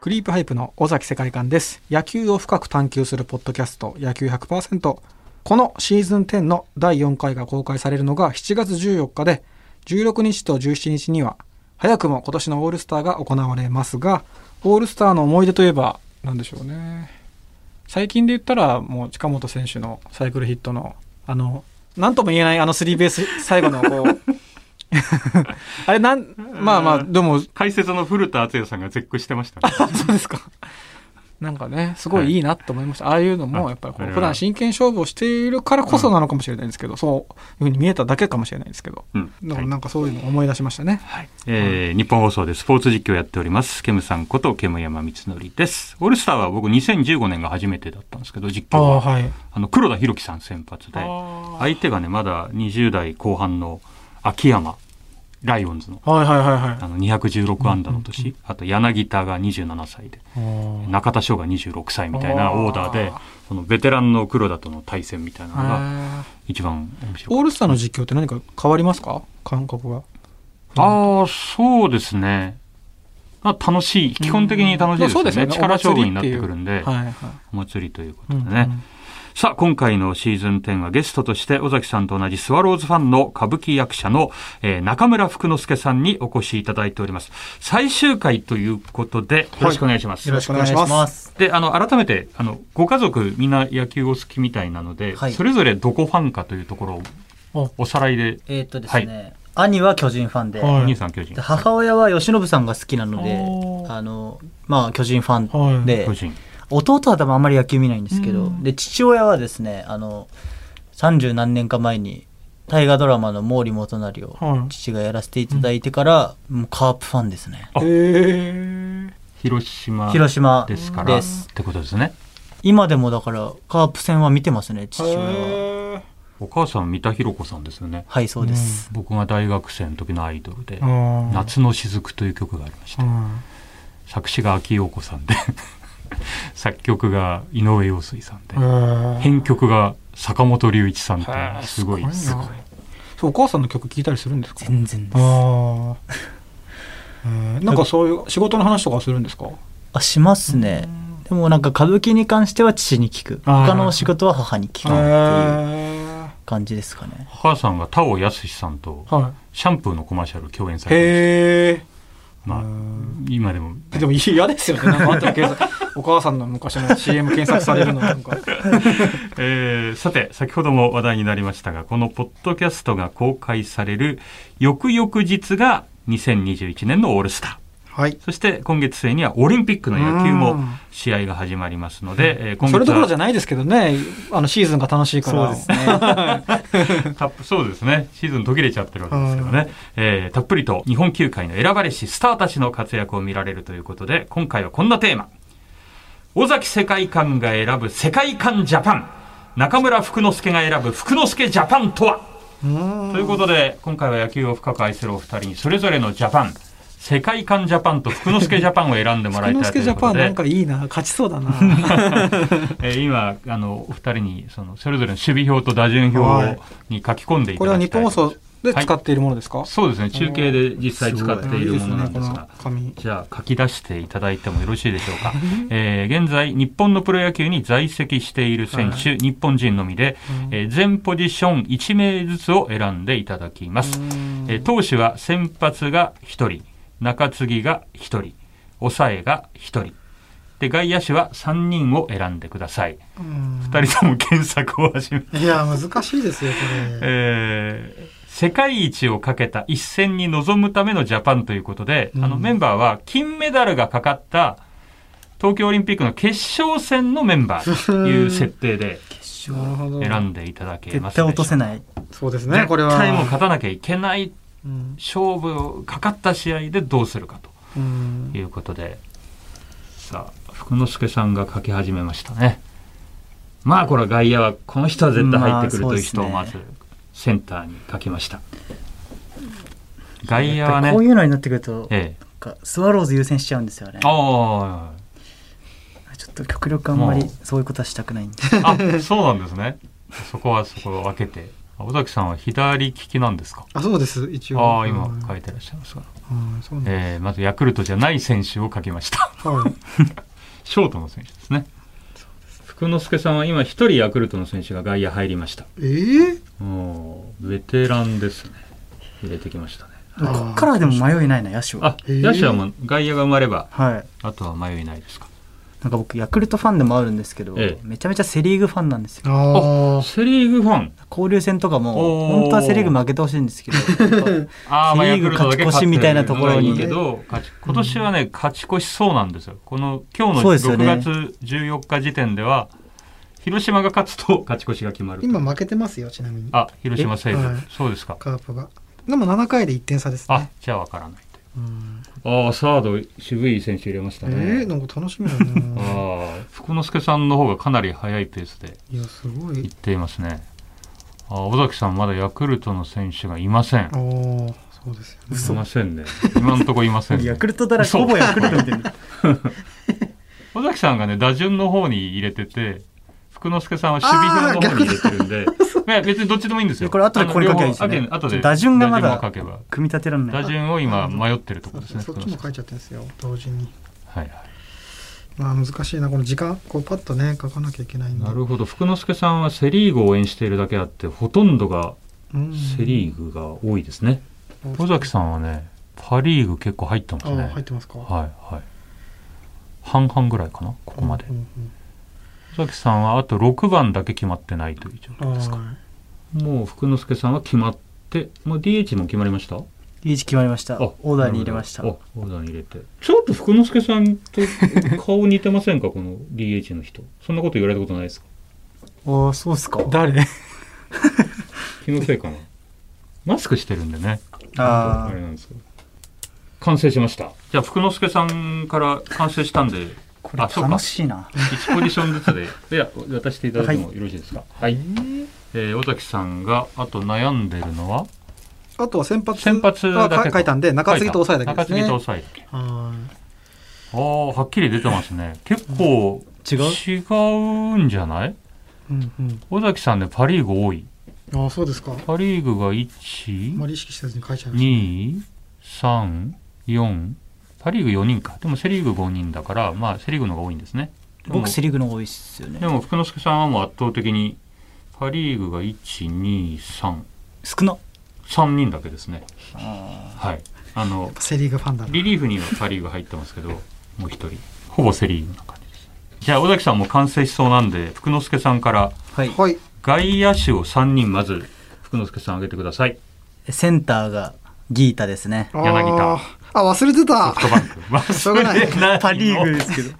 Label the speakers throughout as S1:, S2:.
S1: クリープハイプの尾崎世界観です。野球を深く探求するポッドキャスト、野球100%。このシーズン10の第4回が公開されるのが7月14日で、16日と17日には、早くも今年のオールスターが行われますが、オールスターの思い出といえば、なんでしょうね。最近で言ったら、もう近本選手のサイクルヒットの、あの、なんとも言えないあのスリーベース最後のこう、あれなん、まあまあ、でも、
S2: 解説の古田敦也さんが絶句してましたね。
S1: そうですか。なんかね、すごいいいなと思いました。ああいうのも、
S2: あ
S1: やっぱりこ
S2: あ
S1: う
S2: れは
S1: 普段真剣勝負をしているからこそなのかもしれないんですけど、そういうふうに見えただけかもしれないですけど、
S2: うん
S1: だか
S2: は
S1: ら
S2: い
S1: なんかそういうのを思い出しましたね。
S2: えー日本放送でスポーツ実況やっております。ケムさんことケム山光則です。オールスターは僕2015年が初めてだったんですけど、実況は。
S1: はい。
S2: あの、黒田博樹さん先発で、
S1: は
S2: 相手がね、まだ20代後半の秋山、ライオンズの、
S1: いはいはい
S2: あ
S1: は
S2: の、216安打の年、あと柳田が27歳で、
S1: い。
S2: 中田翔が26歳みたいな
S1: あー
S2: オーダーで、そのベテランの黒田との対戦みたいなのが
S1: あ
S2: 一番面白
S1: ーオ
S2: い。
S1: ールスターの実況って何か変わりますか感覚が。
S2: ああ、そうですね。まあ、楽しい。基本的に楽しいですよね。
S1: うん
S2: 力勝負になってくるんで、
S1: はいはい。
S2: お祭りというこ
S1: う
S2: と
S1: ん
S2: でね。さあ、今回のシーズン10はゲストとして尾崎さんと同じスワローズファンの歌舞伎役者の、えー中村福之助さんにお越しいただいております。最終回ということで、よろしくお願いします。
S1: よろしくお願いします。
S2: で、あの、改めて、あの、ご家族みんな野球を好きみたいなので、
S3: はい
S2: それぞれどこファンかというところを
S1: お
S2: おさらいで、
S3: えーっとですね、兄は巨人ファンで、
S1: はい
S2: お兄さん巨人
S3: で、母親は由伸さんが好きなので
S1: お、ー
S3: あの、まあ、巨人ファンで、
S2: 巨人。
S3: 弟は多分あんまり野球見ないんですけど、
S1: うん
S3: で、父親はですね、あの、三十何年か前に、大河ドラマの毛利元就を
S1: はい
S3: 父がやらせていただいてから、もうカープファンですね。
S2: あ
S1: へー
S2: 広島
S3: 広島で
S2: です
S3: す
S2: から、ってことですね。
S3: 今でもだから、カープ戦は見てますね、父親は。
S1: へ
S2: お母さん、三田寛子さんですよね。
S3: はい、そうです。
S2: 僕が大学生の時のアイドルで、
S1: ー。
S2: 夏の雫という曲がありまし
S1: う
S2: て、
S1: ん。
S2: 作詞が秋陽子さんで、 作曲が井上陽水さんで、
S1: うん
S2: 編曲が坂本龍一さんって
S1: へ、ー
S2: すごい、
S1: すごいなそうお母さんの曲聴いたりするんですか
S3: 全然で
S1: あ
S3: す。
S1: あ、えーなんかそういう仕事の話とかするんですか
S3: あ、しますね。でもなんか歌舞伎に関しては父に聞く。
S1: あー
S3: 他のお仕事は母に
S1: へ
S3: 聞くっていう
S1: ー
S3: 感じですかね。
S2: お母さんが田尾康さんと
S1: は
S2: シャンプーのコマーシャル共演さ
S1: い、
S2: れて
S1: へ
S2: まあ
S1: うん
S2: 今でも
S1: えでも嫌ですよねなんか後で検索 お母さんの昔の CM 検索されるのなんか
S2: えーさて、先ほども話題になりましたが、このポッドキャストが公開される翌々日が2021年のオールスタ
S1: はい
S2: ー。そして今月末にはオリンピックの野球
S1: う
S2: も
S1: ん
S2: 試合が始まりますので、えー今
S1: それどころじ
S2: 月
S1: ゃないですけどねあのシーズンが楽しいから
S3: ね。
S2: はたっぷそうですね、シーズン途切れちゃってるわけですけどね、えーたっぷりと日本球界の選ばれしスターたちの活躍を見られるということで、今回はこんなテーマ。尾崎世界観が選ぶ世界観ジャパン。中村福之助が選ぶ福之助ジャパンとはということで、今回は野球を深く愛するお二人に、それぞれのジャパン、世界観ジャパンと福之助ジャパンを選んでもら
S1: 福
S2: い
S1: 之
S2: たいと
S1: 助
S2: い
S1: ジ
S2: う
S1: ャパ
S2: こ
S1: ン
S2: と
S1: なん
S2: で、
S1: かいいな勝ちそうだ な
S2: えー今、あの、お二人に、その、それぞれの守備表と打
S1: は
S2: 順
S1: い
S2: 表をに書き込んでいただきたい。
S1: これは日本放送で使っているものですか、
S2: そうですね、中継で実際使
S1: ごい
S2: っているものなんです
S1: いい
S2: が
S1: ですねこの。紙
S2: じゃあ書き出していただいてもよろしいでしょう か。えー現在、日本のプロ野球に在籍している選手、日本人のみで、えー全ポジション1名ずつを選んでいただきます。えー投手は先発が1人、中継ぎが1人、抑えが1人。で、外野手は3人を選んでください。2人とも検索を始め
S1: いや難しいですよこれ
S2: えー世界一をかけた一戦に臨むためのジャパンということで、あのメンバーは金メダルがかかった東京オリンピックの決勝戦のメンバーという設定で
S1: なるほど
S2: 選んでいただけますで
S3: 絶
S2: し
S3: 対
S2: ょう
S3: 落
S2: か
S3: とせない。
S1: そうですねこれは
S2: 絶対もう勝たなきゃいけない
S1: うん
S2: 勝負かかった試合でどうするか
S1: うん
S2: ということで、さあ福之助さんが書き始めましたねまあこれは外野はこの人は絶対入ってくるという人を
S3: ま
S2: ま
S3: あ
S2: ず
S3: そ
S2: センターに書きました外野はね
S3: こういうのになってくると、
S2: ええ
S3: なんかスワローズ優先しちゃうんですよね。
S2: あ
S3: ちょっと極力あんまり
S2: も
S3: そういうことはしたくないんで。
S2: ああそうなんですねそこはそこを分けて尾崎さんは左利きなんですか
S1: あそうです一応
S2: ああ今
S1: はい
S2: 書いてらっしゃいますが、
S1: はいそうなんで
S2: えーまずヤクルトじゃない選手を書きました
S1: すはい
S2: ショートの選手ですね福之助さんは今一人ヤクルトの選手が外野入りました
S1: えー、
S2: もうベテランですね入れてきましたね
S1: あー
S3: こっからはでも迷いないな、野手は。
S2: あ、
S1: えー
S2: 野手はもう外野が埋まれば
S3: はい。
S2: あとは迷いないですか
S3: なんか僕、ヤクルトファンでもあるんですけど、
S2: ええ
S3: めちゃめちゃセ・リーグファンなんですよ。
S1: あ
S2: セ・リーグファン
S3: 交流戦とかも、
S2: おー
S3: 本当はセ・リーグ負けてほしいんですけど、
S2: あーまあ
S3: セ
S2: ヤ
S3: リー
S2: ク
S3: グ
S2: ルトだけ
S3: 勝ち越しみたいなところに
S2: 勝ってるのがいいけど勝ち今年はね勝ち越しそうなんですよこの今日
S3: そう
S2: の
S3: ですよ
S2: 6
S3: ね
S2: 月14日時点では広島が勝つと 勝ち越しが決まる
S1: 今負けてますよちなみに
S2: あ広島西武、
S1: えはい
S2: そうですか
S1: カープがでも7回で1点差です
S2: あ
S1: ね
S2: じゃあわからない
S1: うん
S2: ああサード渋い選手入れまし
S1: え
S2: たね、
S1: ー、なんか楽しみだ
S2: あ
S1: な
S2: あ福之助さんの方がかなり早いペースで
S1: いやすご
S2: いっ
S1: い
S2: ていますねあー尾崎さんまだヤクルトの選手がいません
S1: ああそうですよね
S2: いませんね今のところいませんね
S3: ヤクルトだらけ、
S2: そう
S3: ほぼヤクルトみたいな。
S2: 尾崎さんがね打順の方に入れてて福之助さんは守備表の方に入れてるんでいや別にどっちでもいいんですよ
S3: これ後でこれ書けばいいですよね
S2: あの両方後で後で
S3: 打順がまだ
S2: 打順も書けば
S3: 組み立てられな
S2: 打
S3: い。
S2: 順を今迷ってるところですね
S1: そ
S2: 福
S1: うそっちも
S2: 之
S1: 書
S2: 助
S1: いちゃってるんですよ同時に
S2: はいは
S1: まあ難しいなこの時間こうパッとね書かなきゃいけないん
S2: い
S1: で
S2: なるほど福之助さんはセ・リーグを応援しているだけあってほとんどが
S1: うん
S2: セ・リーグが多いですね尾崎さんはねパ・リーグ結構入ってます
S1: ああ
S2: ねは
S1: 入っ
S2: い
S1: てますかこ
S2: はい半々ぐらいかなここまで尾崎さんはあと6番だけ決まってないという状況ですかもう福之助さんは決まって、もう DH も決まりましたあ
S3: リーチ決まりました。オーダーに入れました
S2: な。るほどあオーダーに入れて。ちょっと福之助さんと顔似てませんかこ の DH の人。そんなこと言われたことないですか
S3: おー、そうっすか。
S1: 誰
S2: 気のせいかな マスクしてるんでね。
S3: あ
S2: あ
S3: ー
S2: れなんですけど。完成しました。じゃあ福之助さんから完成したんで、
S3: これ
S2: あそうか
S3: 楽しいな。
S2: 1ポジションずつ で、いや、渡していただいてもよろしいですかはい。えー尾崎さんが、あと悩んでるのは
S1: あとは先発
S2: 先発だけ
S1: あか書いたんで中継ぎと抑えだけですね
S2: 中継ぎと抑えだけ。
S1: はい
S2: ああはっきり出てますね結構
S3: 違う
S2: 違うんじゃない
S1: うんうん
S2: 尾崎さんねパ・リーグ多い
S1: ああそうですか
S2: パ・リーグが
S1: あまり意識せずに書いちゃいまし
S2: 1234パ・リーグ4人かでもセ・リーグ5人だからまあセ・リーグの方が多いんですねでも
S3: 僕、セ・リーグの方が多いっすよね
S2: で。も福之助さんはもう圧倒的にパ・リーグが1233
S3: 少な。
S2: 人だけですね
S3: あ
S2: はいあの
S1: たセリーグファンだな
S2: リリーフにはパ・リーグ入ってますけど、もう一人、ほぼセ・リーグな感じです。じゃあ、尾崎さんも完成しそうなんで、福之助さんから、
S3: ーはい。
S1: はい
S2: 外野手を3人、まず、福之助さん挙げてください。
S3: センターがギータですね。
S2: 柳田
S1: あーあ忘れて
S2: ソ
S1: た
S2: フトバンク。。
S1: しょうがない
S3: パ・リーグですすけど。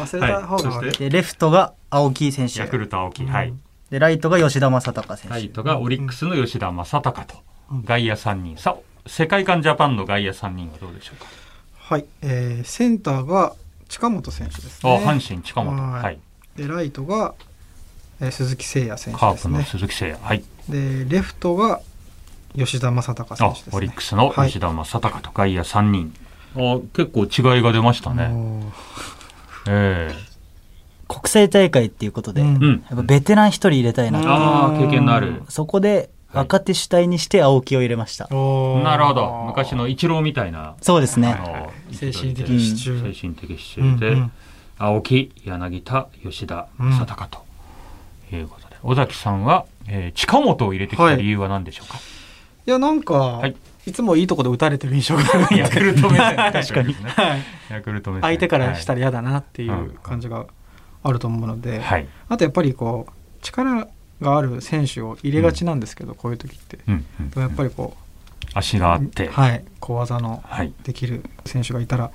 S1: 忘れた
S2: は
S1: 方
S2: い、そ
S1: が
S2: し
S1: 悪い
S2: て、
S3: で、レフトが青木選手
S2: ヤ。クルト、青木。はい。
S3: で、ライトが吉田正尚選
S2: ライ
S3: 手。
S2: トがオリックスの吉田正尚と
S1: うん、
S2: 外野3人。さあ、世界観ジャパンの外野3人はどうでしょうか。
S1: はいえーセンターが近本選手です
S2: あ
S1: ね
S2: 阪神、近本。
S1: はい
S2: はい。
S1: でライトがえー鈴木誠也選手
S2: カ
S1: で
S2: ープ
S1: す
S2: の
S1: ね
S2: 鈴木誠也。はい。
S1: でレフトが吉田正尚選
S2: あ
S1: 手ですね
S2: オリックスの吉田正尚と外野3人、あ結構違いが出ましたね、
S1: おー
S2: え
S3: 国際大会っていうことで、
S1: う
S3: や
S1: ん
S2: えうん
S3: っぱベテラン一人入れたいなと。
S2: ああ経験のある
S3: そこで、若手主体にして青木を入れました。
S1: おー
S2: なるほど昔のイチローみたいな
S3: そうです
S2: あ
S3: ね。
S2: の
S1: 精神的
S3: 支
S1: 柱
S2: うん精神的支
S1: うんう
S2: 柱で、
S1: ん
S2: 青木柳田吉田正尚ということで、尾崎さんは、えー近本を入れてきた理由は何でしょうか、
S1: いやなんか、
S2: い
S1: い、つもいいとこで打たれてる印象があるんで
S2: ヤクルト目線 確かに、
S1: はい
S2: ヤクルト目線
S1: 相手からした
S2: ら
S1: ら嫌だなっていう感じがあると思うので、
S2: はい、
S1: あとやっぱりこう力がある選手を入れがちなんですけど、こういう時って。
S2: うんうん
S1: でもやっぱりこ
S2: 足
S1: う、
S2: があって、
S1: はい、小技の
S2: はい
S1: できる選手がいたら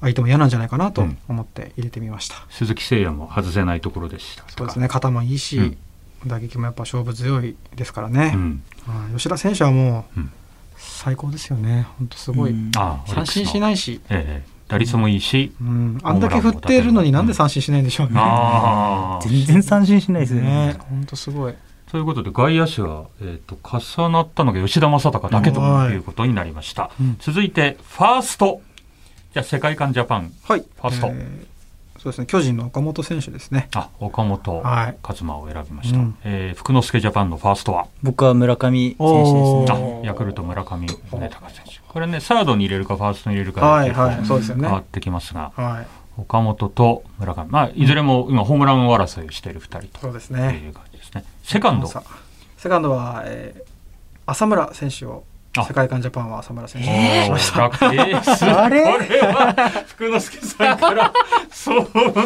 S1: 相手も嫌なんじゃないかなと
S2: うん
S1: 思って入れてみました。
S2: 鈴木誠也も外せないところでした
S1: そうですね肩もいいし、
S2: うん
S1: 打撃もやっぱ勝負強いですからね、
S2: うん、
S1: はい吉田選手はもう
S2: うん
S1: 最高ですよね、本当すごい、
S3: うん
S2: ああ
S1: 三振しないし、
S2: ええ打率もいいし、
S1: うん、あんだけ振ってるのになんで三振しないんでしょうね。
S2: ああ。
S3: 全然三振しないです
S1: ね
S3: ね。
S1: 本当すごい。
S2: ということで、外野手は、えっ、と、重なったのが吉田正尚だけと
S1: はい
S2: いうことになりました。
S1: うん
S2: 続いて、ファースト。じゃあ、世界観ジャパン。
S1: はい。
S2: ファースト
S1: えーそうですね、巨人の岡本選手ですね。
S2: あ岡本
S1: はい
S2: 和真を選びました、
S1: うん
S2: えー福之助ジャパンのファーストは
S3: 僕は村上選手
S1: お
S3: で
S1: ー
S3: す
S2: あ
S3: ね。
S2: ヤクルト村上宗隆選手これねサードに入れるかファーストに入れるか
S1: は
S2: で
S1: い
S2: 結構
S1: はい、そうですよね。
S2: 変わ
S1: は
S2: ってきますが、
S1: い、
S2: 岡本と村上、まあ、いずれも今ホームラン王争いをしている2人と
S1: そうです
S2: い
S1: ね。
S2: う感じですねセカンド
S1: さあセカンドは、えー浅村選手を
S2: あ
S1: 世界観ジャパンは浅村選手に
S2: え
S1: しま した。
S2: あれこれは福之助さんからそ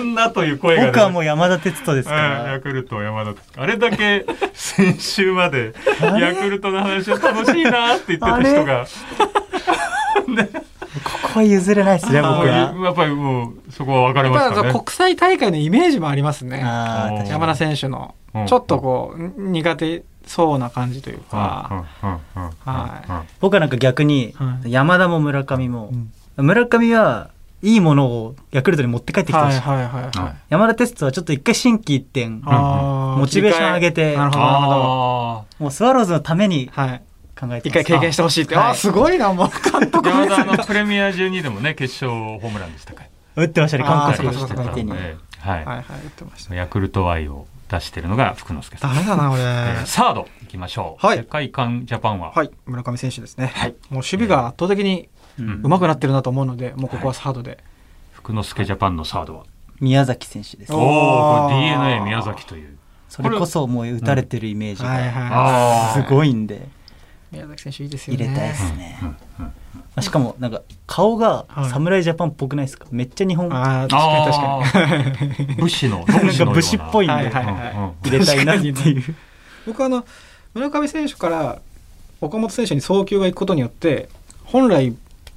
S2: んなという声が出まし
S3: 僕
S2: た
S3: はもう山田哲人ですか
S2: うんヤ
S3: ら。
S2: クルト山田ですあれだけ先週までヤクルトの話を楽しいなって言ってた人が
S3: ここは譲れないですね、僕
S2: もう
S3: は。
S2: やっぱりもうそこは分かれ
S1: やっ
S2: ま
S1: ぱ
S2: す
S1: り
S2: か
S1: そ
S2: ら
S1: の
S2: ね
S1: 国際大会のイメージもありますね。
S3: あー
S2: うん
S1: 山田選手の
S2: うん
S1: ちょっとこう、苦手そうな感じという
S2: うん
S1: か、
S2: うんうんうん
S1: は
S3: 僕はなんか逆に
S1: は、い
S3: 山田も村上も
S1: う、ん
S3: 村上はいいものをヤクルトに持って帰ってきて
S1: は
S3: ほし
S1: い
S3: い。
S1: はいはいはい。
S3: 山田哲人はちょっと一回心機一転、も
S1: あ
S3: モチベーション上げて
S1: なるほど、なるほど。
S2: あ
S3: うスワローズのために
S1: はい。
S3: 考えて
S1: 一
S3: ます
S1: 回。経験してほしいって。
S3: はい
S1: あー、す ごいな、もう監
S2: あ
S1: 督目
S2: 山田
S1: 線
S2: のプレミア12でもね決勝ホームランでしたから
S3: 打ってましたね、
S1: あ
S3: 韓
S1: ー
S3: 国
S1: そうかそうか
S3: 相手に。
S2: ええ
S1: はい
S2: は
S1: はい、言ってました
S2: い。ヤクルト愛を出してるのが福之助さ
S1: ダ
S2: ん
S1: メだな、俺。
S2: えーサードいきましょう
S1: はい
S2: 世界観ジャパンは
S1: はい、村上選手ですね。
S2: はい
S1: もう守備が圧倒的に
S2: うん
S1: 上手くなってるなと思うので、もうここはサードで。
S2: 福之助ジャパンのサードは
S3: 宮崎選手です
S1: お。
S2: お
S1: ー
S2: お d n a 宮崎という
S3: それこそもう打たれてるイメージ
S1: はい
S3: が
S2: あ
S3: す
S2: ー
S3: ごいんで、
S1: 宮崎選手いいですよ
S3: 入
S1: ね。
S3: れたいですね。まあしかも、なんか顔が
S1: はい
S3: 侍ジャパンっぽくないですかめっちゃ日本
S1: ああ、確かに確かに。
S2: 確かに。武士の、
S3: なんか武士っぽいん
S1: はい
S3: で
S1: はいは
S3: 入れたいなって
S1: 確かに
S3: いう。
S1: 僕はあの、村上選手から岡本選手に送球が行くことによって、本来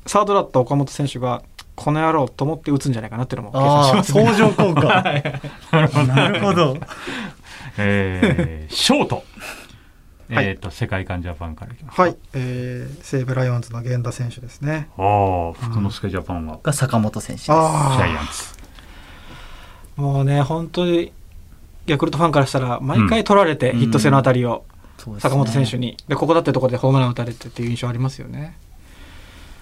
S1: サードだった岡本選手が、この野郎と思って打つんじゃないかなっていうのも計算し
S3: ああ、
S1: ますね。
S3: 相乗効 果。 なるほど。
S2: えーショート。えっと、世界観ジャパンからいきます。
S1: はい、えー、西武ライオンズの源田選手ですね。
S2: おお、福之助ジャパンは、
S3: が坂本選手です。
S2: ジャイ
S1: あ
S2: アンツ。
S1: あ、もうね、本当にヤクルトファンからしたら、毎回取られて、ヒット性の当たりを
S3: そうですね
S1: 坂本選手。に、でここだってところでホームラン打たれてっていう印象ありますよね。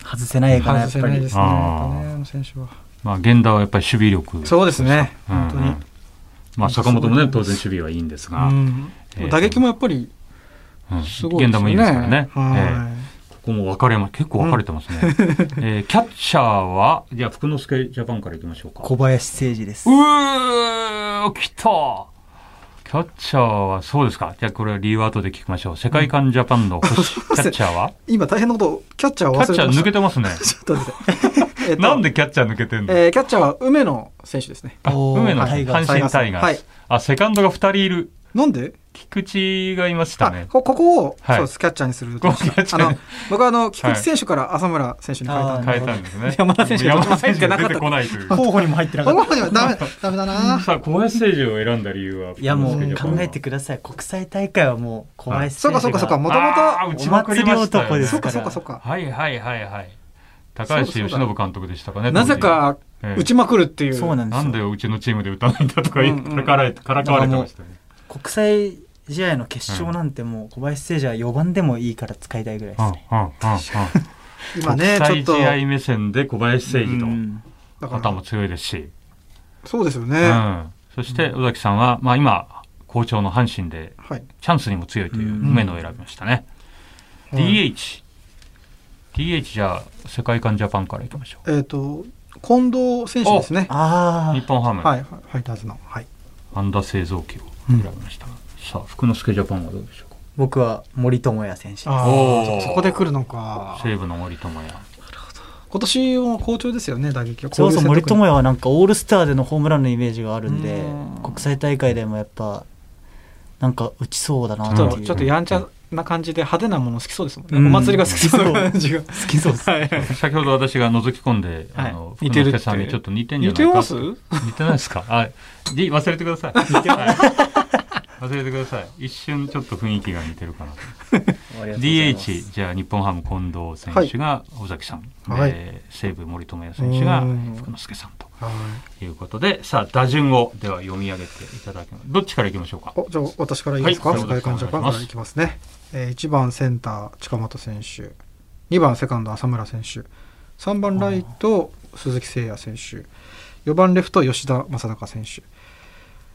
S3: 外せないかな、や
S1: 外
S3: っ
S1: せ
S3: ぱ
S1: ない
S3: り
S1: で。すね、
S2: あー
S1: やっぱねあの選手は。
S2: まあ、源田はやっぱり守備力。
S1: そうですね、
S2: うんうん
S1: 本当に。
S2: まあ、坂本もね、当然守備はいいんですが、
S1: うん打撃もやっぱり
S2: うん
S1: すごいです
S2: 源田
S1: よね。
S2: もいいですからね。えー
S1: は。
S2: ここも分かれま、結構分かれてますね。えー キャッチャーは、じゃあ、福之助ジャパンからいきましょうか。
S3: 小林誠司です
S2: う。ー来たキャッチャーはそうですかじゃあこれは理由は後で聞きましょう世界観ジャパンの 星キャッチャーはい
S1: 今大変なことをキャッチャー
S2: キ
S1: を
S2: ャ
S1: 忘れて
S2: ッ
S1: まし
S2: チ
S1: た。
S2: ャー抜けてますね
S1: ちょっと待って。 えっと
S2: なんでキャッチャー抜けてんの、
S1: えーキャッチャーは梅野選手ですね。
S2: あ
S3: おー
S2: 梅野
S3: タ
S2: さん
S3: イガー
S2: 阪
S3: ス
S2: 神タイガース、
S1: はい
S2: あセカンドが2人いる
S1: なんで？
S2: 菊池がいました
S1: あ
S2: ね
S1: こここを
S2: は
S1: そ
S2: いう
S1: ですキャッチャーにする予定で
S2: ここキャッ
S1: した。
S2: チャ
S1: あ
S2: ーに
S1: の僕はあの菊
S2: はい
S1: 池選手から浅村選手に変えたんで
S3: あー。
S2: 変えたんですね
S1: 山田選手が
S2: 山田選手が
S1: 出
S2: 出
S1: て
S2: て
S1: こ
S2: こないという
S3: 候補にも入ってなか
S1: この
S3: っ
S1: 方
S3: た。
S1: にはダメダメだな。
S2: さあ小林誠司を選んだ理由はい
S3: やも
S2: 福
S3: う
S2: 之助ジャパン
S3: 考
S2: は
S3: えてください。国際大会はもう小林
S1: そ
S3: 選
S1: う
S3: 手
S1: かそうか
S3: が。
S1: そうか。もとも
S2: あー打
S1: と
S2: ちまくりましたよ
S3: お祭り男で
S1: そ
S3: す
S1: うかそうかそうか。
S2: はいはいはいはい高橋由伸監督でしたかね
S1: なぜか
S2: 当時ええ
S1: 打ちまくるっていう。
S3: そうなんですよ。
S2: なんでうちのチームで打たないんだとか言っ
S1: うんうん
S2: てからかれてからかわれてましたね。
S3: 国際試合の決勝なんてもう小林誠司は4番でもいいから使いたいぐらいですね。
S1: 今ねちょっ
S2: 国際
S1: と
S2: 試合目線で小林
S3: う
S2: 誠司
S3: ん
S1: だ
S2: と
S1: か
S2: 肩
S1: ら
S2: も強いですし、
S1: そうですよ
S2: う
S1: ね。
S2: ん、そして尾崎さんは、まあ、今好調の阪神で
S1: はい。
S2: チャンスにも強いという
S3: うん
S2: 梅野を選びましたね、
S1: うん
S2: DH DH じゃあ世界観ジャパンからいきましょ
S1: えっと近藤選手ですね。
S2: う
S3: あ
S2: 日
S3: あ、
S2: 本ハム、
S1: はい、ファイターズの。はい。
S2: 安打製造機を選びました、さあ福之助ジャパンはどうでしょうか
S3: 僕は森友哉選手です。
S2: お
S1: そ
S2: ー
S1: そこで来るのか。
S2: 西武の森友哉
S1: 今年も好調ですよね、打撃は。
S3: そうそ
S1: 交
S3: う、
S1: 流
S3: 森
S1: 戦特に
S3: 友哉はなんかオールスターでのホームランのイメージがあるんで
S1: うん、
S3: 国際大会でもやっぱ、なんか打ちそうだな
S1: ちょ
S3: っ
S1: ってと
S3: いう。
S1: ちょっとやんちゃな感じで派手なもの好きそうですもんね。
S3: うん
S1: お祭りが好きそうな感じが。
S3: 好きそうです。
S2: 先ほど私が覗き込んで、
S1: はい
S2: あの
S1: 似
S2: 福
S1: てる
S2: 之
S1: って
S2: 助さんにちょっと似てんじゃ
S1: 似
S2: ない
S1: て
S2: か
S1: ます
S2: 似てないですかあ、じ忘れてく ださい。似てます。忘れてください。一瞬ちょっと雰囲気が似てるかな。DH、じゃあ日本ハム近藤選手が尾崎さん、
S1: はい
S2: で西武森友哉選手が
S1: うん
S2: 福之助さんということで、さあ打順をでは読み上げていただきます。どっちからいきましょうか。
S1: おじゃあ私からいいですか、
S2: はい
S1: 世界観ジャパンからいきますね。えー、1番センター、近本選手。2番セカンド、浅村選手。3番ライト、鈴木誠也選手4番レフト吉田正尚選手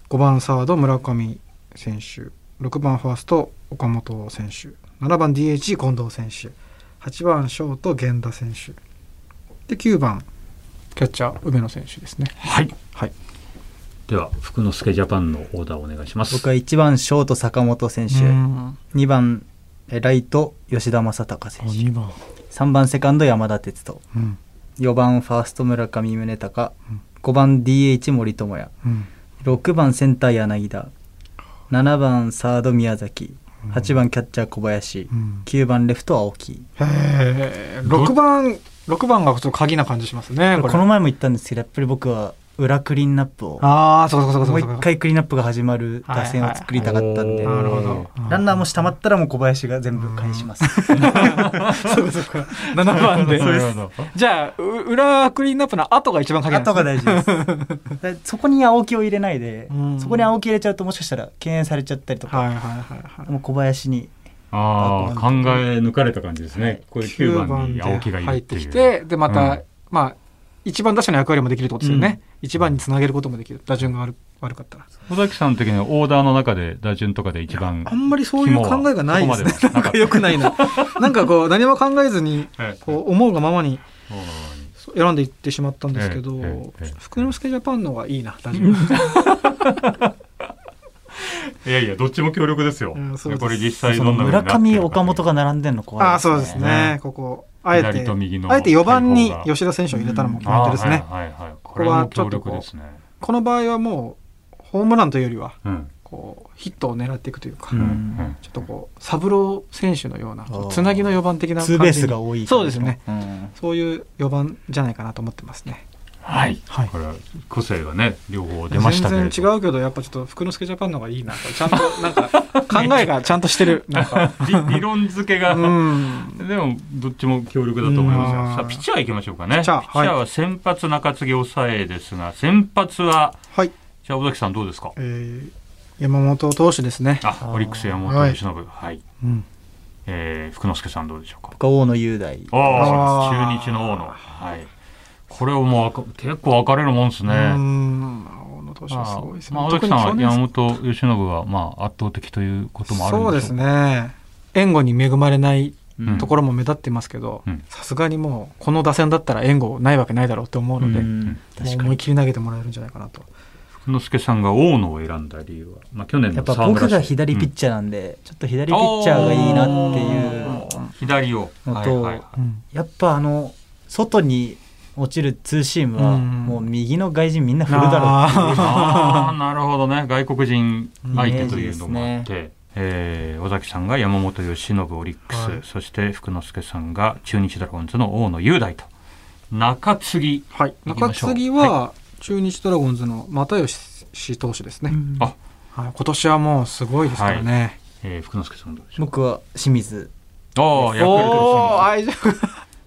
S1: 5番サード村上選手6番ファースト岡本選手7番 DH 近藤選手8番ショート源田選手で9番キャッチャー梅野選手ですね
S2: はい。
S1: はい
S2: では、福之助ジャパンのオーダーをお願いします。
S3: 僕は1番ショート坂本選手
S1: うん
S3: 2番えライト吉田正尚選手
S1: 2番、
S3: 3番セカンド山田哲人
S1: うん
S3: 4番ファースト村上宗隆
S1: うん
S3: 5番 DH 森友哉
S1: うん、
S3: 6番センター柳田7番サード宮崎
S1: うん
S3: 8番キャッチャー小林
S1: うん
S3: 9番レフト青木
S1: へー6番6番がちょっと鍵な感じしますね
S3: こ
S1: これ
S3: の前も言ったんですけどやっぱり僕は裏クリーンナップを
S1: ああそうかそうか
S3: も
S1: そううか
S3: 一回クリーンナップが始まる打線を作りたかったんで、
S2: はいはい
S1: なるほど
S3: ランナーも下まったらもう小林が全部返します。
S1: そうかそうか7番で
S2: なるほど。
S1: じゃあう裏クリーンアップの後が一番鍵なんで
S3: 後
S1: すね
S3: が大事です。で そこに青木を入れないで
S1: うん、
S3: そこに青木入れちゃうともしかしたら敬遠されちゃったりとか、
S1: はいはいはいはい
S3: もう小林に。
S2: ああ、考え抜かれた感じです
S3: は
S2: ね
S3: い。
S2: これ
S1: 九
S2: 9番に青木がいる
S1: 入
S2: っ
S1: ってて
S2: い
S1: き
S2: う。
S1: てでまた、
S2: うん
S1: まあ一番打者の役割もできるってことですよね、一番につなげることもできる打順が悪悪かったら
S2: 小崎さん的にはオーダーの中で打順とかで一番。
S1: あんまりそういう考えがないですねなん
S2: そこまではなかっ
S1: か
S2: た
S1: よくないななんかこう何も考えずに
S2: ええ
S1: こう思うがままに
S2: そうな
S1: 選
S2: のに
S1: んでいってしまったんですけど、
S2: ええええええ
S1: 福之助ジャパンの方がいいな打順 が
S2: いやいや、どっちも強力ですよ。
S1: うんそうです
S2: これ実際
S3: そ
S2: ど
S3: の
S2: んな風にな
S3: 村
S2: ってるかってい
S3: 上
S2: う
S3: 岡本が並んでるの怖い、
S1: ああそうですね
S2: ね
S1: ここあえてあ
S2: 左と右の
S1: えて4番に
S2: 対抗が
S1: 吉田選手を入れたのも決
S2: あ
S1: め
S2: あ
S1: 手ですね、
S2: はいはいはい。こ
S1: こ
S2: れ
S1: は
S2: は
S1: ちょ
S2: 強
S1: っとこ
S2: 力
S1: う
S2: ですね。
S1: この場合はもうホームランというよりは
S2: うん。
S1: こうヒットを狙っていくというか、
S3: うん
S2: うん
S1: ちょっとこうサブロー選手のような
S3: ー
S1: つなぎの4番的な感じ
S3: ツ
S1: に
S3: ーベースが多い。
S1: そうですね
S3: うん。
S1: そういう4番じゃないかなと思ってますね
S2: はい。
S1: はい
S2: これは個性がね、両方出ましたけれど。
S1: 全然違うけどやっぱちょっと福之助ジャパンの方がいいなとちゃんとなんか考えがちゃんとしてるなん か
S2: 理理論付け が、
S1: うん
S2: でもどっちも強力だと思います
S1: う
S2: よ
S1: ん
S2: さあピッチャー行きましょうかね
S1: ピッチャーはい
S2: ピッチャーは先発中継ぎ抑えですが先発は
S1: はい、
S2: じゃあ尾崎さんどうですか
S1: えー、山本投手ですね、
S2: あ
S3: あー
S2: オリックス山本由伸はい、
S1: うん、
S2: えー、福之助さんどうでしょうか
S3: 僕は大野雄大。
S2: おお
S1: あー
S2: 中日の大野はいこれをもうあか結構分かれるもんですね
S1: うーん青野投手はすごいですね、
S2: まあ、尾
S1: 特
S2: 崎
S1: に去
S2: さんは
S1: 年
S2: 山本由伸はまあ圧倒的ということもある
S1: そうんで
S2: ですしょう
S1: ね援護に恵まれないところも目立ってますけど
S2: うん
S1: さすがにもうこの打線だったら援護ないわけないだろうって思う
S3: う
S1: ので、
S3: ん
S1: もう
S3: 確か
S1: 思い
S3: に。
S1: 切り投げてもらえるんじゃないかなと。
S2: 福之助さんが大野を選んだ理由は、まあ、去年
S3: や
S2: の
S3: っぱ
S2: 沢村
S3: 僕が
S2: 賞
S3: 左ピ
S2: う
S3: ッ
S2: ん
S3: チャーなんで、ちょっと左ピッチャーがいいなっていう。
S2: 左を
S3: のと
S2: はいはいはい
S3: やっぱあの、外に落ちるツーシームは、
S1: うん
S3: もう右の外人みんな振るだろうっていう。
S2: ああ、なるほどね。外国人相手というのもあっ
S3: イメージ
S2: て、えー尾崎さんが山本由伸オリックス、
S1: はい
S2: そして福之助さんが中日ドラゴンズの大野雄大と。中継ぎ。
S1: はい、
S2: 行きま
S1: 中
S2: しょう
S1: 継ぎは中日ドラゴンズの又吉投手ですね、
S3: うん
S2: あ、
S1: はい、今年はもうすごいですからね。
S2: えー福之助さんどうでしょう
S3: 僕は清水。
S2: ああ、ヤクル
S1: お
S2: ト
S1: ー愛情
S2: ですね。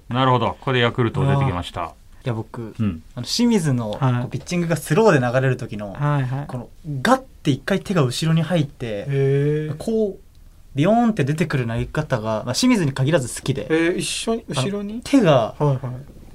S2: なるほど。ここでヤクルト出てきました。
S3: いや僕
S2: うん。
S3: あの清水のこ
S1: はいう
S3: ピッチングがスローで流れる時の、
S1: はいはい
S3: このガッて一回手が後ろに入って、
S1: へ
S3: こうビヨーンって出てくる投げ方が、まあ、清水に限らず好きで、
S1: えー、一緒に後ろに
S3: 手が
S1: はいはい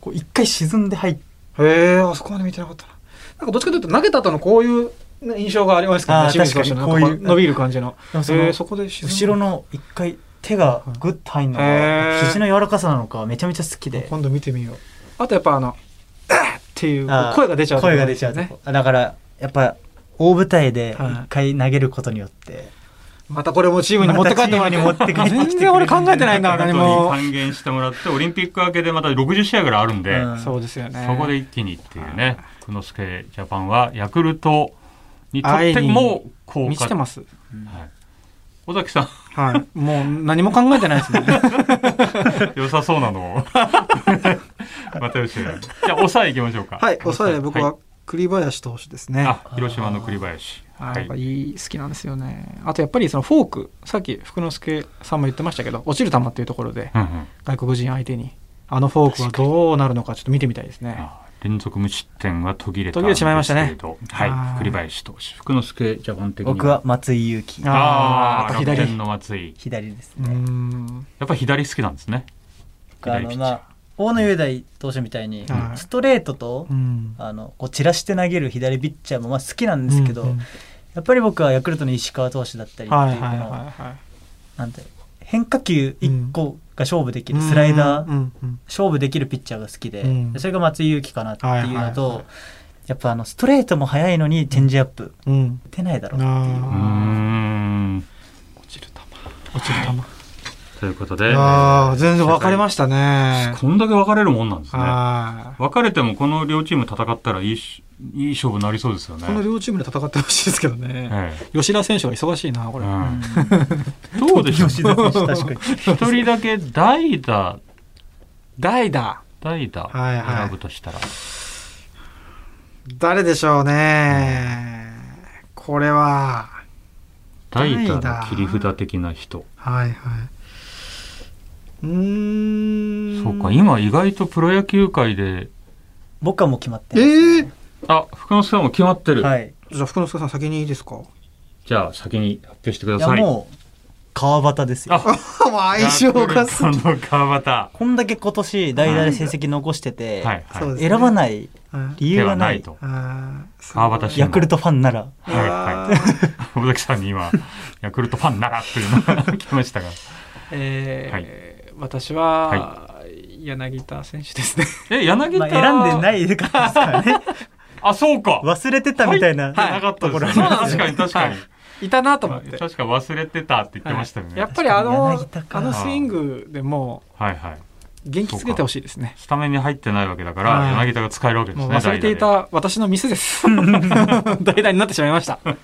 S3: こう一回沈んで入って
S1: へえあそこまで見てなかったななんかどっちかというと投げた後のこういうね印象がありますけど
S3: あ
S1: ね
S3: ー
S1: 清水投手の
S3: 確かに
S1: なんかこう伸びる感じの
S3: でもそ
S1: え
S3: の
S1: ーそこで沈む
S3: 後ろの一回手がグッと入るのが、
S1: へー
S3: 肘の柔らかさなのかめちゃめちゃ好きで
S1: 今度見てみようあとやっぱあの「あっ!」っていうこ
S3: あ
S1: う
S3: ー
S1: 声が出ちゃうとこ
S3: 声が出ちゃうと
S1: ね
S3: こだからやっぱ大舞台で
S1: はい
S3: 一回投げることによって、
S1: またこれもチームに持って帰ってもらって,、
S3: またチームに持って帰ってきてくれる
S1: 全然俺考えてないん だ
S2: 本
S1: 何
S2: 当に
S1: も
S2: 還元してもらって、オリンピック明けでまた60試合ぐらいあるんで、
S3: うん
S1: そうですよね
S2: そこで一気にっていうね、久之助ジャパンはヤクルトにとっても効
S1: 満ち
S2: 果
S1: てます
S2: はい尾崎さ ん、
S1: はいもう何も考えてない ですね
S2: 良さそうなの を。又吉が。じゃあ、抑えいきましょうか。
S1: はい抑え僕
S2: い
S1: は栗林投手ですね、
S2: あ、広島の栗林。
S1: あ
S2: は
S1: やっぱ
S2: い。
S1: いい好きなんですよねあとやっぱりそのフォークさっき福之助さんも言ってましたけど落ちる球っていうところで
S2: うんうん
S1: 外国人相手にあのフォークはどうなるのかちょっと見てみたいですね
S2: あ連続無失点は途切れた
S1: 途切れてしまいましたね
S2: んですけれどは。
S1: はいい
S2: 栗林投手。福之助ジャパン的に。
S3: 僕は。松井裕樹
S1: あ
S2: ああ、
S1: やっぱ左
S2: 左の松井。
S3: 左です
S1: うー
S3: ね、
S1: ん
S2: やっぱ左好きなんですね。
S3: あ
S2: 左ピ
S3: の
S2: ッチ
S3: ま
S2: ャー
S3: あ。大野雄大投手みたいに
S1: はい
S3: ストレートと、
S1: うん
S3: あのこう散らして投げる左ピッチャーもまあ好きなんですけど、
S1: うんうん
S3: やっぱり僕はヤクルトの石川投手だったりっていう
S1: はいはい
S3: こ
S1: はい
S3: の
S1: は
S3: なんて変化球1個が勝負できる、スライダー、
S1: ー、うんうん
S3: 勝負できるピッチャーが好きで、
S1: うん
S3: それが松井裕樹かなっていう
S1: は
S3: のと、
S1: いはいはい
S3: やっぱあのストレートも速いのにチェンジアップ
S1: うんうん、
S3: 打てないだろうっていう
S1: あ
S2: うーん
S1: 落ちる球落ちる球、
S2: ということで、
S1: ああ全然分かれましたね
S2: こんだけ分かれるもんなんですね。
S1: はい
S2: 分かれてもこの両チーム戦ったらいいしいい勝負になりそうですよね。
S1: この両チームで戦ってほしいですけどね、
S2: え
S1: 吉田選手は忙しいなこ
S2: え
S1: れ、
S2: うんどうでしょう
S3: 吉田選手確かに
S2: 一人だけ代打、
S1: 代打
S2: 代打
S1: はいはい
S2: 選ぶとしたら。
S1: 誰でしょうね、これは
S2: 代打
S1: 代打
S2: の切り札的な人。
S1: はいはいうーん
S2: そうか、今意外とプロ野球界で、
S3: 僕はもう決まって
S1: え
S3: ます、
S1: ー、
S2: あ、福之助さんも決まってる。
S3: はい、
S1: じゃあ福之助さん先にいい ですかも
S2: じゃあ先に発表してくだ
S3: いや
S2: さい。
S3: もう川端ですよ
S2: あ
S1: う相性がす
S2: その川端。
S3: こんだけ今年代打で成績残してて、
S2: はい、はい。
S1: そうですね
S3: 選ばない
S1: はい
S3: 理
S2: で
S3: 由
S2: は
S3: が
S2: な
S3: ないい
S2: と。
S1: あーすごい
S2: 川端慎吾
S3: ヤクルトファンなら
S2: はいはい。尾崎さんに今、ヤクルトファンならというのが来ましたが。
S4: えー私は、柳田選手ですね。
S2: え、柳
S3: まあ、
S2: 田、。
S3: 選んでないいからですから ね
S2: あ、そうか。
S3: 忘れてたみたいな、
S2: 入ってなかったですよね。
S4: はいはい
S2: 確かに確かに。
S4: いたなと思って。
S2: 確か忘れてたって言ってましたよね。
S4: やっぱりあの
S3: 確かに柳田か
S4: あのスイングでも
S2: はいはい。
S4: う元気つけてほしいですね。
S2: スタメンに入ってないわけだか
S1: は
S2: ら、
S1: い
S2: 柳田が使えるわけです
S4: もう
S2: ね。
S4: 忘れてい
S2: 代
S4: た私のミスです。代打になってしまいました。
S2: 打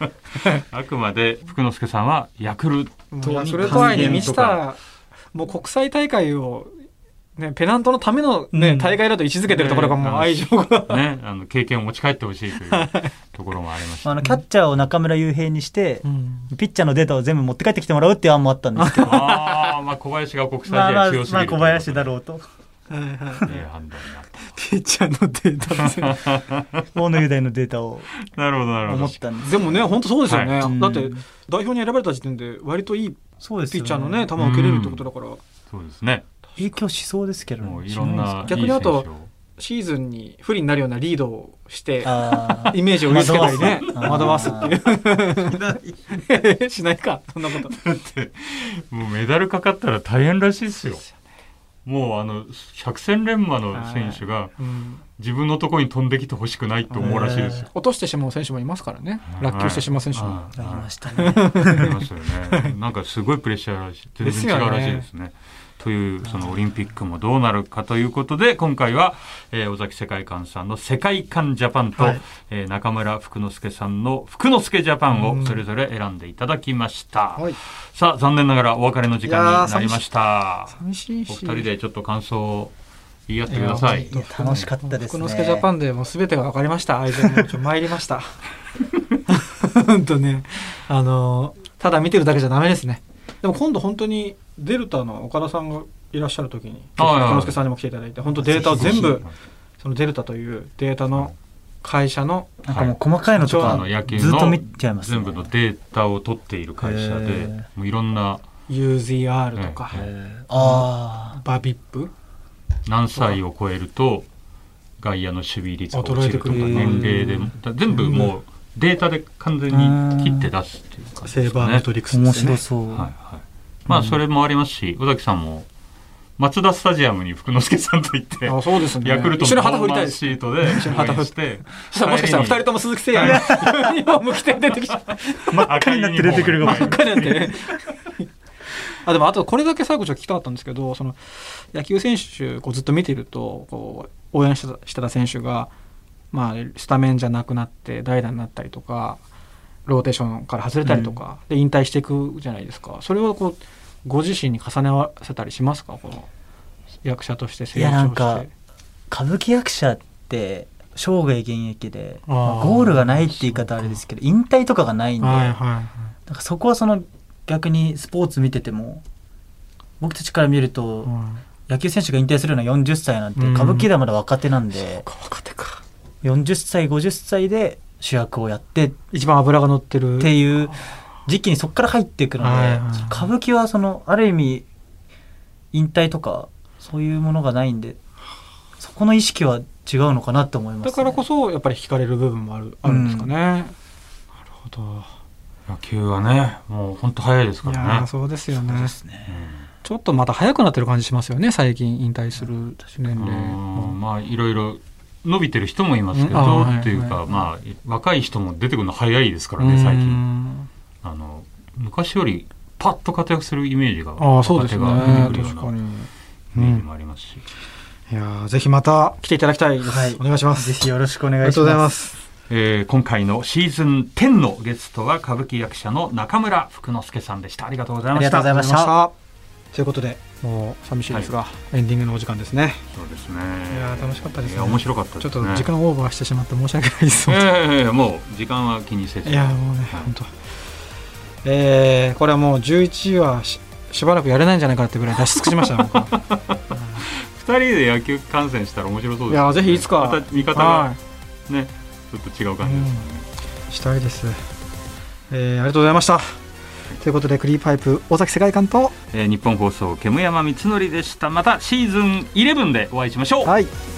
S2: で。あくまで、福之助さんはヤクルト
S1: と
S4: ヤクルト愛に満ちたもう国際大会を、ね、ペナントのための、ね
S3: うん
S4: 大会だと位置づけてるところがもう
S2: ね
S4: 愛情が、
S2: ね、あの、経験を持ち帰ってほしいというところもありました。
S3: あのキャッチャーを中村悠平にして
S1: う、ん
S3: ピッチャーのデータを全部持って帰ってきてもらうっていう案もあったんですけど
S2: ああ、まあ小林が国際
S3: まあ
S2: 試
S3: ま
S2: 合
S3: あ、
S2: 強す
S3: ま
S2: ぎ
S3: あ
S2: る。
S3: 小林だろうと。
S1: はいはい
S2: という判断になっ
S1: ピッチャーのデータですね
S3: 大野雄大のデータを
S2: た。なるほど、なるほ
S3: 思
S2: ど
S3: っ。たんです。
S1: でもね本当そうですよね、
S3: はい
S1: だって
S3: うん
S1: 代表に選ばれた時点で割といい
S3: そうです
S1: ピ
S3: よ
S1: ッチャーのね球を受けれるってことだから、
S2: そうですね。
S3: 影響しそうですけどね
S2: もういろん
S3: しい
S2: な
S3: ですか
S2: いい
S4: 逆にあと
S2: 選手を
S4: シーズンに不利になるようなリードをして
S3: あー
S4: イメージを植え付けたりね惑
S3: 惑
S4: わ
S3: わ
S4: す
S3: す
S4: っていう しないかそんなこと
S2: もうメダルかかったら大変らしいですよ。もうあの百戦錬磨の選手が
S4: うん
S2: 自分のところに飛んできてほしくないと思うらしいですよ。
S4: 落としてしまう選手もいますからね落球してしまう選手も、
S2: ああ
S3: なりま
S2: あ
S3: したね。
S2: あありますよね。なんかすごいプレッシャーらしい。全
S4: ですよ
S2: 然違
S4: ね
S2: うらしいですね。というそのオリンピックもどうなるかということで今回は、えー尾崎世界観さんの「世界観ジャパンと」
S1: はい
S2: えー中村福之助さんの「福之助ジャパン」をそれぞれ選んでいただきました、
S1: はい
S2: さあ残念ながらお別れの時間になりました
S1: 寂しい
S2: お
S1: し
S2: 二人でちょっと感想を言い合ってください。
S3: いや楽しかったですね。
S4: 福之助ジャパンでもう全てが分かりました愛情もちょ参りました
S1: 本当ねあの
S4: ただ見てるだけじゃダメですね
S1: でも今度本当にデルタの岡田さんがいらっしゃる時に
S2: あはいはい
S1: 之助さんにも来ていただいて本当データを全
S2: ぜ
S1: 部
S2: ひぜ
S1: そのデルタというデータの会社の
S3: なんかもう細かいのと
S2: あ
S3: か
S2: の野球
S3: ずっと
S2: の
S3: 見ちゃいますね。
S2: 全部のデータを取っている会社
S3: へ
S2: で
S3: ー、
S2: もういろんな
S1: UZR とか、
S2: え
S3: あ
S1: バビップ
S2: 何歳を超えると外野の守備率が落ちるとか
S1: 衰えてくる
S2: 年齢でもだ全部もうデータで完全に切って出すっていう感じ
S1: セ
S2: で
S1: ー
S2: すか
S1: バーメ
S2: ね。
S1: トリック
S3: あ
S1: スで
S3: 面
S1: すね
S3: 白そう。
S2: はいはい。まあそれもありますし、尾崎さんも松田スタジアムに福之助さんと行って。
S1: あそうですね
S2: ヤクルト
S4: 一緒
S2: の
S4: に
S2: パフ
S4: 旗
S2: ォ
S4: 振り
S2: ーマ
S4: たい
S2: ン
S4: で
S2: ス
S4: す
S2: シートで応援
S4: 緒に旗振っ
S2: して、
S4: そしたらもしかしたら2人とも鈴木誠也のユニフォーム着て出てきちゃ った
S2: 真っ赤
S3: になって出てくるかもし
S4: ば
S3: れ
S4: っかりなんてねあでもあとこれだけ最後ちょっと聞きたかったんですけどその野球選手こうずっと見てるとこう応援してたしてた選手が、まあ、スタメンじゃなくなって代打になったりとかローテーションから外れたりとか、で引退していくじゃないですかそれをこうご自身に重ね合わせたりしますかこの役者として成長して。
S3: いやなんか歌舞伎役者って生涯現役で、
S1: あー
S3: まあゴールがないって言い方あれですけど、引退とかがないんで、
S1: はいは
S3: だからそこはその逆にスポーツ見てても僕たちから見る
S1: いは
S3: と
S1: い、うん
S3: 野球選手が引退するのは40歳なんて
S1: うん
S3: 歌舞伎ではまだ若手なんで
S4: 若手か
S3: 40歳50歳で主役をやってっ
S1: 一番脂が乗ってる
S3: ていう時期にそこから入っていくので
S1: はいはい
S3: 歌舞伎はそのある意味引退とかそういうものがないんでそこの意識は違うのかなと思います、ね、
S1: だからこそやっぱり惹かれる部分もあるあるんですかね、なるほど
S2: 野球はねもう本当早いですか
S1: いや
S2: ら
S1: ー
S2: ね
S1: そうですよ
S3: そう
S1: ね
S3: ですね
S1: ちょっとまた早くなってる感じしますよね最近引退する年
S2: う
S1: 齢
S2: んう
S1: も
S2: んまあいろいろ伸びてる人もいますけ
S1: うんあ
S2: ど
S1: はい
S2: っていう
S1: は
S2: か
S1: い
S2: まあ若い人も出てくるの早いですからね最近
S1: 近
S2: あの昔よりパッと活躍するイメージが
S1: ああそうですね
S2: 若手が出てくる
S1: 確
S2: よう
S1: か
S2: な
S1: に
S2: イメージもありますし、
S5: いやーぜひまた
S1: 来ていただきたいです、
S3: はい
S5: お願いします。
S3: ぜひよろしくお願
S5: あ
S3: いします
S5: りがとうございます。
S2: えー今回のシーズン10のゲストは歌舞伎役者の中村福之助さんでしたありがとうございま
S3: あり
S2: し
S3: がとう
S2: た
S3: ござ
S1: あ
S3: いまし
S1: りがとうございま
S3: た
S1: したということでもう寂しいですが、エンディングのお時間ですね
S2: そうですね
S1: いやー楽しかったですね
S2: いや面白かったです
S1: ちょ
S2: ね
S1: っと時間オーバーしてしまって申し訳ないです、
S2: ええもう時間は気にせず
S1: いやもうね、
S2: はい
S1: 本当。えー、これはもう11はししばらくやれないんじゃないかってぐらい出し尽くしましたよ。僕は
S2: 二人で野球観戦したら面白そうです、
S1: い
S2: ね、
S1: やぜひいつか
S2: また見方
S1: は
S2: がねちょっと違う感じですよね、
S1: い、したいです。えー、ありがとうございました。ということでクリーパイプ尾崎世界観と
S2: えー日本放送煙山光則でしたまたシーズン11でお会いしましょう
S1: はい